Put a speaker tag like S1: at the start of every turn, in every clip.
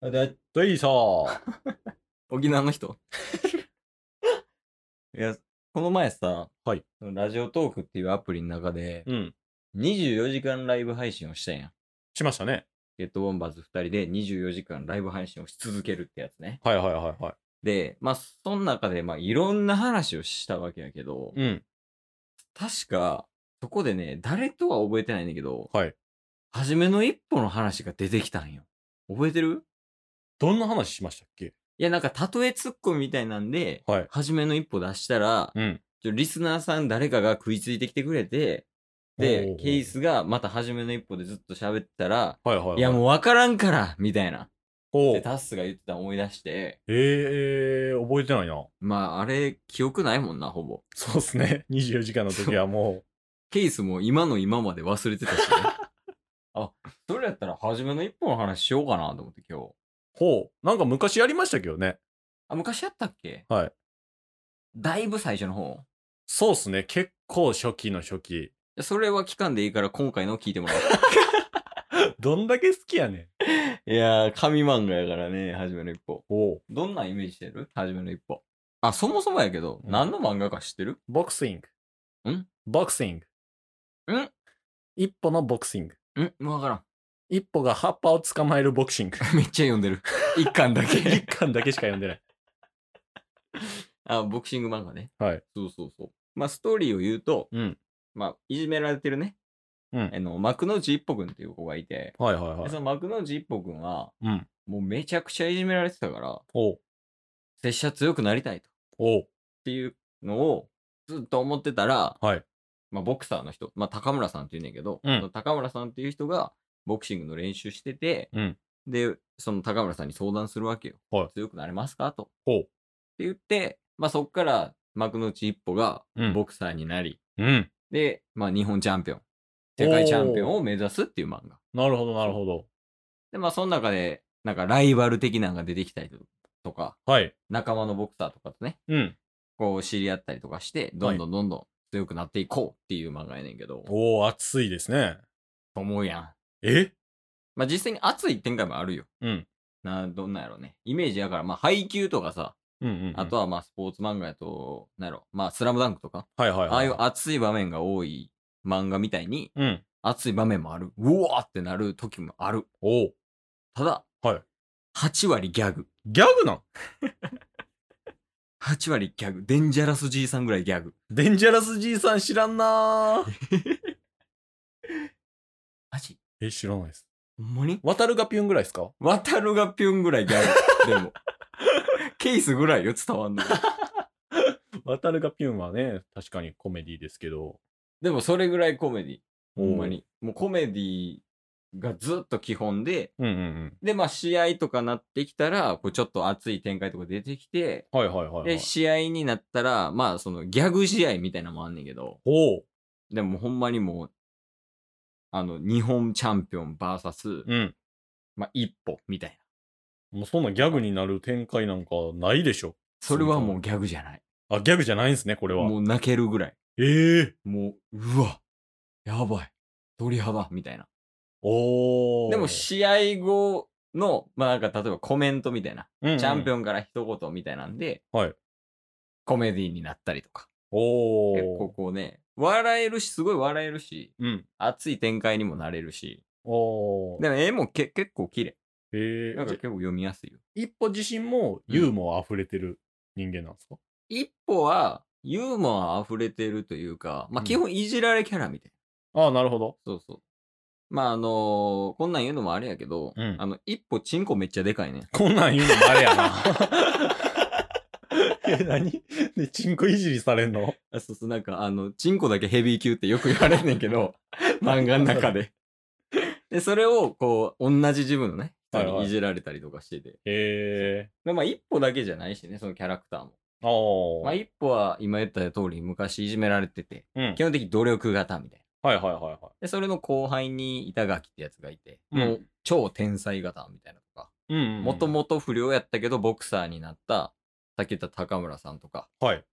S1: だいたいさ、
S2: 沖縄の人 いや、この前さ、
S1: はい
S2: そのラジオトークっていうアプリの中で、
S1: うん、
S2: 24時間ライブ配信をしたんやん。
S1: しましたね。
S2: ゲットボンバーズ2人で24時間ライブ配信をし続けるってやつね。
S1: はいはいはいは
S2: で、まあ、その中で、まあ、いろんな話をしたわけやけど、
S1: い。うん。
S2: 確か、そこでね、誰とは覚えてないんだけど、
S1: はい。
S2: 初めの一歩の話が出てきたんよ。覚えてる
S1: どんな話しましたっけ
S2: いや、なんか、例え突っ込みみたいなんで、
S1: はい。
S2: 初めの一歩出したら、
S1: うん。
S2: ちょリスナーさん誰かが食いついてきてくれて、で
S1: お、ー
S2: ケイスがまた初めの一歩でずっと喋ってたら、
S1: はいはいはい。
S2: いや、もうわからんからみたいな。
S1: おう
S2: で、タッスが言ってたの思い出して、
S1: えー、覚えてないな。
S2: まあ、あれ、記憶ないもんな、ほぼ。
S1: そうっす ね。24時間の時はも
S2: ケイスも今の今まで忘れてたしね。 あ、それやったら初めの一歩の話しようかなと思って今日。
S1: う、ほう。なんか昔やりましたけどね。
S2: あ、昔やったっけ
S1: はい。
S2: だいぶ最初の方。い
S1: そうっすね。結構初期の初期。
S2: やそれは期間でいいから今回の聞いてもらおう。
S1: どんだけ好きやねん。
S2: いやー、紙漫画やからね、初めの一歩。
S1: おう。
S2: どんなイメージしてる初めの一歩。あ、そもそもやけど、
S1: うん
S2: 何の漫画か知ってる
S1: ボクシング。
S2: ん
S1: ボクシング。
S2: ん
S1: 一歩のボクシング。
S2: んわから
S1: 一歩が葉っぱを捕まえるボクシン グ。
S2: ん。めっちゃ読んでる。一巻だ
S1: 一
S2: け。
S1: 巻だけしか読んでない。
S2: あ、ボクシング漫画ね。
S1: はい。
S2: そうそうそう。まあ、ストーリーを言うと、
S1: うん。
S2: まあ、いじめられてるね。
S1: うん
S2: あの、幕の内一歩くんっていう子がいて、
S1: はいはいは
S2: で
S1: い
S2: そ。の幕の内一歩くんは、
S1: うん。
S2: もうめちゃくちゃいじめられてたから、
S1: おう。
S2: 拙者強くなりたいと。っ
S1: おう。
S2: ていうのを、ずっと思ってたら、
S1: はい。
S2: まあ、ボクサーの人、まあ、高村さんっていうんだけど、
S1: うん
S2: その高村さんっていう人がボクシングの練習してて、
S1: うん
S2: で、その高村さんに相談するわけよ。
S1: はい
S2: 強くなれますかと。
S1: ほう
S2: って言って、まあ、そっから幕の内一歩が
S1: うん
S2: ボクサーになり、
S1: うん。
S2: で、まあ、日本チャンピオン、世界チャンピオンを目指すっていう漫画。
S1: なるほどなるほど。
S2: で、まあ、その中で、なんかライバル的なのが出てきたりとか、
S1: はい。
S2: 仲間のボクサーとかとね、
S1: うん。
S2: こう知り合ったりとかして、どんどんどんどん強くなっていこうっていう漫画やねんけど、と
S1: おお、熱いですね。
S2: 思うやん。
S1: え
S2: まあ、実際に熱い展開もあるよ。
S1: うん。
S2: な、どんなんやろね。イメージやから、まあ、配給とかさ、
S1: うんうん、うん。
S2: あとはまあ、スポーツ漫画やと、なんやろ、まあ、スラムダンクとか、
S1: はいはいはい。
S2: ああいう熱い場面が多い漫画みたいに、
S1: うん。
S2: 熱い場面もある。うわーってなる時もある。
S1: おう
S2: ただ、
S1: はい
S2: 8割ギャグ。
S1: ギャグなん
S2: 8割ギャグ。デンジャラスじいさんぐらいギャグ。
S1: デンジャラスじいさん知らんなー
S2: マジ
S1: え、知らないです。
S2: ほんまに
S1: 渡るがピュンぐらいですか
S2: 渡るがぴゅんぐらいギャグ。でも。ケースぐらいよ、伝わんのが。
S1: 渡るがピュンはね、確かにコメディですけど。
S2: でもそれぐらいコメディ。ほんま
S1: おう。
S2: に。もうコメディがずっと基本で、
S1: うんうん
S2: で、まあ試合とかなってきたら、こうちょっと熱い展開とか出てきて、
S1: うん。はいはいはい、はい
S2: で、。試合になったら、まあそのギャグ試合みたいなのもあんねんけど、
S1: おう。
S2: でもほんまにもう、あの、日本チャンピオン VS、
S1: うん。
S2: まあ一歩みたいな。
S1: もうそんなギャグになる展開なんかないでしょ。
S2: それはもうギャグじゃない。
S1: あ、ギャグじゃないんですね、これは。
S2: もう泣けるぐらい。
S1: ええ
S2: もう、うわ、やばい、鳥肌、みたいな。
S1: おお。
S2: でも試合後の、まあなんか例えばコメントみたいな。
S1: うんうん
S2: チャンピオンから一言みたいなんで、
S1: はい
S2: コメディになったりとか。
S1: おお。
S2: 結構こうね、笑えるし、すごい笑えるし、
S1: うん。
S2: 熱い展開にもなれるし、
S1: おお。
S2: でも絵もけ結構綺麗。
S1: ええ
S2: なんか
S1: じゃ
S2: 結構読みやすいよ。
S1: 一歩自身もユーモア溢れてる人間なんですか、
S2: 一歩は、ユーモア溢れてるというか、ま
S1: う
S2: あ
S1: ん
S2: 基本いじられキャラみたい
S1: ああ、なるほど。
S2: な。そうそう。まああのーこんなん言うのもあれやけど、
S1: うん
S2: あの、一歩チンコめっちゃでかいね。
S1: こんなん言うのもあれやな。 え、何 で、チンコいじりされんの
S2: あ そうそう、なんか、あの、チンコだけヘビー級ってよく言われんねんけ ど、漫画の中で。 で、それを、こう、同じ自分のね、
S1: はい
S2: 人
S1: はい
S2: にいじられたりとかしてて。
S1: ええ
S2: でまあ、一歩だけじゃないしね、そのキャラクター
S1: あ
S2: も。
S1: あ。
S2: まあ、一歩は今言った通り、昔いじめられてて、
S1: うん
S2: 基。本的に努力型みたいな。
S1: はいはいはいはい。
S2: で、それの後輩に板垣ってやつがいて、
S1: うん
S2: もう、超天才型みたいなとか、
S1: うんうんうん
S2: もともと不良やったけど、ボクサーになった、さっき言った高村さんとか、
S1: はい。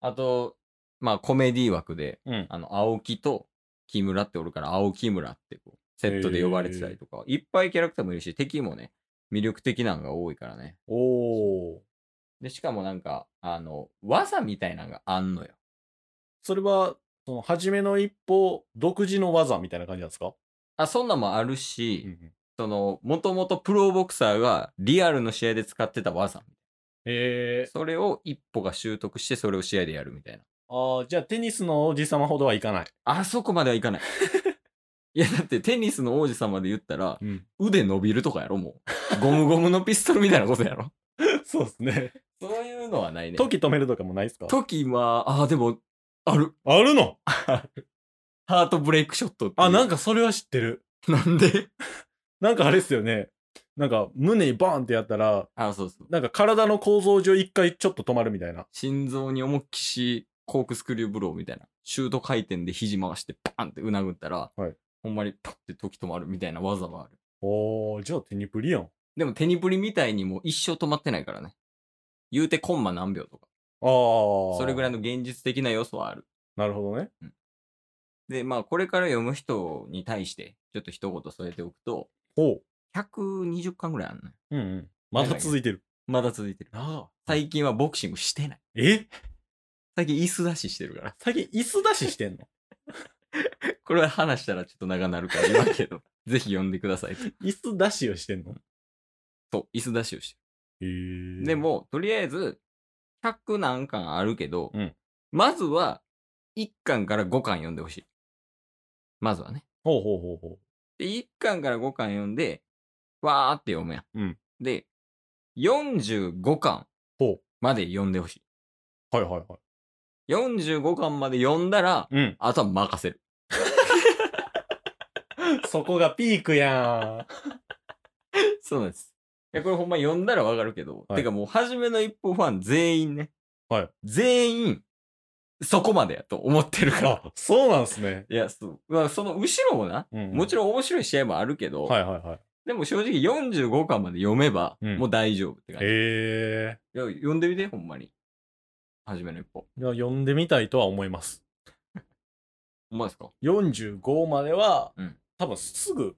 S2: あと、まあ、コメディ枠で、
S1: うん。
S2: あの、青木と木村っておるから、青木村ってこう、セットで呼ばれてたりとか、いっぱいキャラクターもいるし、敵もね、魅力的なのが多いからね。
S1: おお。
S2: で、しかもなんか、あの、技みたいなのがあんのよ。
S1: それは、その、初めの一歩、独自の技みたいな感じなんですか
S2: あ、そんなんもあるし、
S1: うんうん
S2: その、もともとプロボクサーがリアルの試合で使ってた技。
S1: えー、
S2: それを一歩が習得して、それを試合でやるみたいな。
S1: ああ、じゃあテニスの王子様ほどはいかない。
S2: あそこまではい かない。いや、だってテニスの王子様で言ったら、
S1: うん。
S2: 腕伸びるとかやろ、もう。ゴムゴムのピストルみたいなことやろ。
S1: そうですね。
S2: そういうのはないね。
S1: 時止めるとかもないですか
S2: 時は、ああ、でも、ある。
S1: あるの
S2: ハートブレイクショットっていう。
S1: あ、なんかそれは知ってる。
S2: なんで
S1: なんかあれっすよね。なんか胸にバーンってやったら、
S2: あ、そうそう。
S1: なんか体の構造上一回ちょっと止まるみたいな。
S2: 心臓に重きし、コークスクリューブローみたいな。シュート回転で肘回して、パーンってうなぐったら、
S1: はい
S2: ほんまにパッて時止まるみたいな技もある。
S1: おー、じゃあテニプリやん。
S2: でも手にプリみたいにもう一生止まってないからね。言うてコンマ何秒とか。
S1: あー。
S2: それぐらいの。現実的な要素はある。
S1: なるほどね。
S2: で、まあ、これから読む人に対して、ちょっと一言添えておくと、
S1: ほう。
S2: 120巻ぐらいあるのよ。
S1: うんうん。まだ続いてる。
S2: まだ続いてる。
S1: なあ。
S2: 最近はボクシングしてない。
S1: え
S2: 最近椅子出ししてるから。
S1: 最近椅子出ししてんの
S2: これは話したらちょっと長なるから言わんけど、 ぜひ読んでくださいと。
S1: 椅子出しをしてんの
S2: そう、椅子出しをして
S1: へー
S2: る。で、も、とりあえず、100何巻あるけど、
S1: うん
S2: まずは、1巻から5巻読んでほしい。まずはね。
S1: ほうほうほうほう。
S2: で、1巻から5巻読んで、わーって読むやん。
S1: うん
S2: で、45巻
S1: ほう
S2: まで読んでほしい。
S1: はいはいはい。
S2: 45巻まで読んだら、
S1: うん。
S2: あとは任せる。
S1: そこがピークや
S2: そうなんです。いや、これほんま読んだらわかるけど、
S1: はい
S2: てかもう、初めの一歩ファン全員ね。
S1: はい
S2: 全員、そこまでやと思ってる
S1: ん。
S2: から。
S1: あ、そうなんすね。
S2: いや、そう。まあ、その後ろもな、
S1: うん
S2: もちろん面白い試合もあるけど、
S1: はいはいはい。
S2: でも正直45巻まで読めば、
S1: うん
S2: もう大丈夫って感じ。
S1: へえ
S2: いや、読んでみて、ほんまに。初めの一歩。
S1: ー。いや、読んでみたいとは思います。
S2: ほんまですか
S1: 45までは、
S2: うん
S1: 多分すぐ、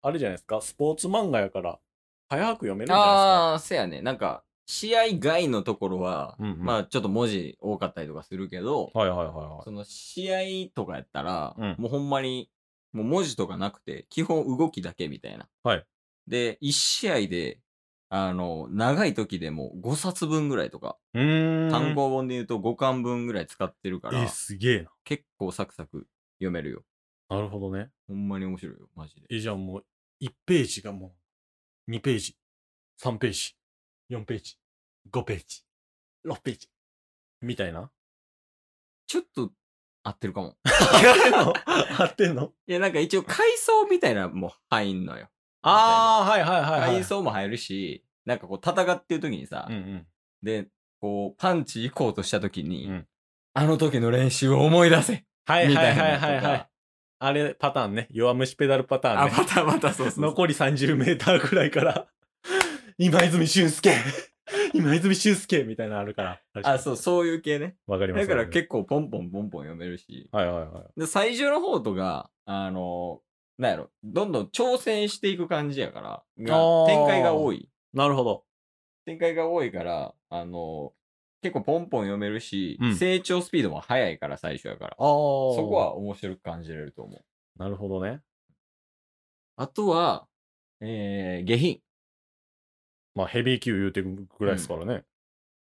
S1: あれじゃないですか、スポーツ漫画やから、早く読めるんじゃない
S2: ああー、せやね。なんか、試合外のところは、
S1: うんうん
S2: まあちょっと文字多かったりとかするけど
S1: です、か。はいはいはいは
S2: その試合とかやったら、
S1: うん
S2: もうほんまに、もう文字とかなくて、基本動きだけみたいな。
S1: はい
S2: で、1試合で、あの、長い時でも5冊分ぐらいとか、
S1: い。うーん。
S2: 単語本で言うと5巻分ぐらい使ってるか
S1: え
S2: ら、
S1: すげえ
S2: 結構サクサク読めるよ。
S1: な。なるほどね。
S2: ほんまに面白いよ、マジで。
S1: え、じゃあもう、1ページがもう、2ページ、3ページ、4ページ、5ページ、6ページ、みたいな。
S2: ちょっと合ってるかも。
S1: 合ってんの
S2: いや、なんか一応階層みたいなのも入んのよ。
S1: ああ、はいはいはい、はい。
S2: 階層も入るし、なんかこう戦ってる時にさ、
S1: うんうん。
S2: で、こうパンチ行こうとした時に、
S1: うん
S2: あの時の練習を思い出せ
S1: は
S2: み
S1: いは
S2: た
S1: い
S2: い
S1: はい
S2: な
S1: はい
S2: のと
S1: はい
S2: か。。
S1: あれ、パターンね。弱虫ペダルパターン
S2: あ、
S1: ね。
S2: またまたそうそうそう。
S1: 残り30メーターくらいから、 今泉俊介 今泉俊介みたいなのあるから。
S2: あ、そう、そういう系ね。
S1: う。わかります。
S2: だから
S1: わり
S2: 結構ポンポンポンポン読めるし。
S1: ますはいはいはい。
S2: で、最初の方とか、あのなんやろ、どんどん挑戦していく感じやから、が
S1: あー
S2: 展開が多い。
S1: なるほど。
S2: 展開が多いから、あの結構ポンポン読めるし、
S1: うん
S2: 成長スピードも速いから、最初やから。
S1: ああ。
S2: そこ。は面白く感じれると思う。
S1: なるほどね。
S2: あとは、えー、下品。
S1: まあヘビー級言うてるぐらいですからね。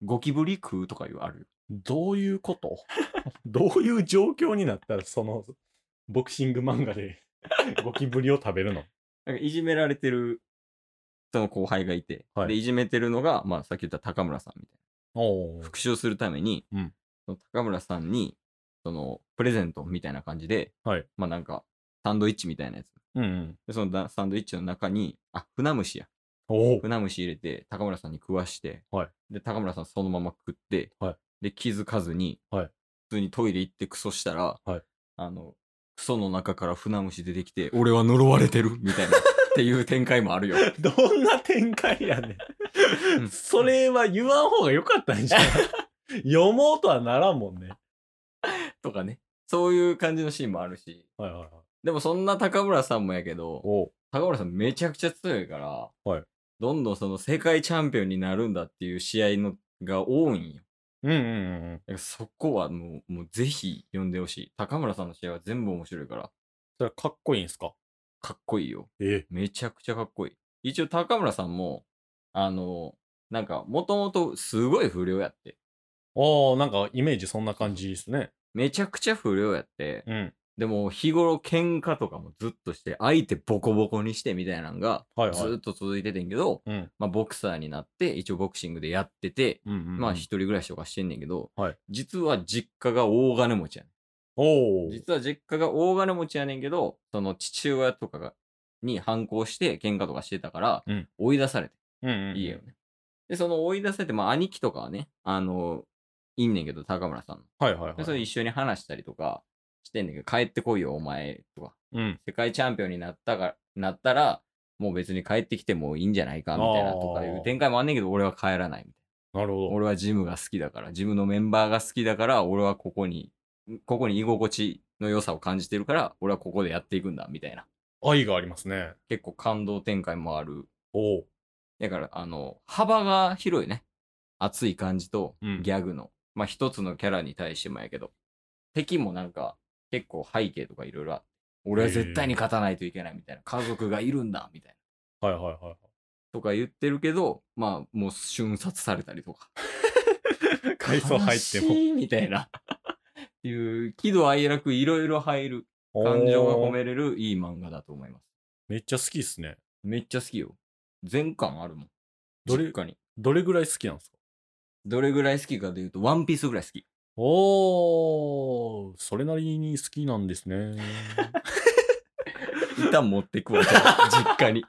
S2: ゴキブリ食うとかいうあるよ。
S1: どういうこと どういう状況になったら、その、ボクシング漫画でゴキブリを食べるの
S2: なんかいじめられてる、その後輩がいて、
S1: はい
S2: で、いじめてるのが、まあ、さっき言った高村さんみたい
S1: おお
S2: な。。復讐するために、
S1: うん
S2: その高村さんに、その、プレゼントみたいな感じで、
S1: はい
S2: まあ、なんか、サンドイッチみたいなやつ。
S1: うんうん。
S2: で、そのだサンドイッチの中に、あ、船虫や。
S1: おお。
S2: 船虫入れて、高村さんに食わして、
S1: はい
S2: で、高村さんそのまま食って、
S1: はい
S2: で、気づかずに、
S1: はい
S2: 普通にトイレ行ってクソしたら、
S1: はい
S2: あの、クソの中から船虫出てきて、俺は呪われてるみたいな、っていう展開もあるよ。
S1: どんな展開やね。
S2: うんん
S1: それは言わん方が良かったんじゃない 読もうとはならんもんね。
S2: とかね。そういう感じのシーンもあるし。
S1: はいはいはい。
S2: でもそんな高村さんもやけど、
S1: お
S2: 高村さんめちゃくちゃ強いから、
S1: はい
S2: どんどんその世界チャンピオンになるんだっていう試合のが多いんよ。
S1: うんうんうんうん。
S2: だからそこはもう、もうぜひ読んでほしい。高村さんの試合は全部面白いから、
S1: それはかっこいいんすか
S2: かっこいいよ。
S1: え
S2: めちゃくちゃかっこいい。一応高村さんも、あの、なんか、もともとすごい不良やって。
S1: えああ、なんかイメージそんな感じですね。
S2: めちゃくちゃ不良やって、
S1: うん。
S2: でも日頃喧嘩とかもずっとして、相手ボコボコにしてみたいなのが、
S1: はいはい
S2: ずっと続いててんけど、
S1: うん。
S2: まあボクサーになって、一応ボクシングでやってて、
S1: うん、うん。
S2: まあ一人暮らしとかしてんねんけど、
S1: はい
S2: 実は実家が大金持ちやねん。
S1: おお。
S2: 実は実家が大金持ちやねんけど、その父親とかがに反抗して喧嘩とかしてたから、
S1: うん
S2: 追い出されて、
S1: うんうんうん。
S2: 家をね。で、その追い出されて、まあ兄貴とかはね、あの、いんねんけど、高村さんの。
S1: はいはい
S2: で、それ
S1: はい。
S2: 一緒に話したりとかしてんねんけど、帰ってこいよ、お前とか。
S1: うん。
S2: 世界チャンピオンになったがなったら、もう別に帰ってきてもいいんじゃないか、みたいなとかいう展開もあんねんけど、俺は帰らないみたいな。
S1: なるほど。
S2: 俺はジムが好きだから、ジムのメンバーが好きだから、俺はここに、ここに居心地の良さを感じてるから、俺はここでやっていくんだ、みたいな。
S1: 愛がありますね。
S2: 結構感動展開もある。
S1: おお。
S2: だから、あの、幅が広いね。熱い感じと、
S1: うん
S2: ギャグの。まあ、一つのキャラに対してもやけど。敵もなんか、結構背景とかいろいろあって。俺は絶対に勝たないといけないみたいな。家族がいるんだ、みたいな。
S1: はいはいはいはい。
S2: とか言ってるけど、まあ、もう瞬殺されたりとか。
S1: 海藻入って
S2: 悲
S1: も。
S2: しいみたいな。っていう、喜怒哀楽いろいろ入る、感情が込
S1: おー
S2: めれるいい漫画だと思います。
S1: めっちゃ好きっすね。
S2: めっちゃ好きよ。全巻あるもん。
S1: どれ
S2: 実家に。
S1: どれぐらい好きなんですか
S2: どれぐらい好きかというと、ワンピースぐらい好き。
S1: おお、それなりに好きなんですね。
S2: 一旦持ってくわ、じゃあ実家に。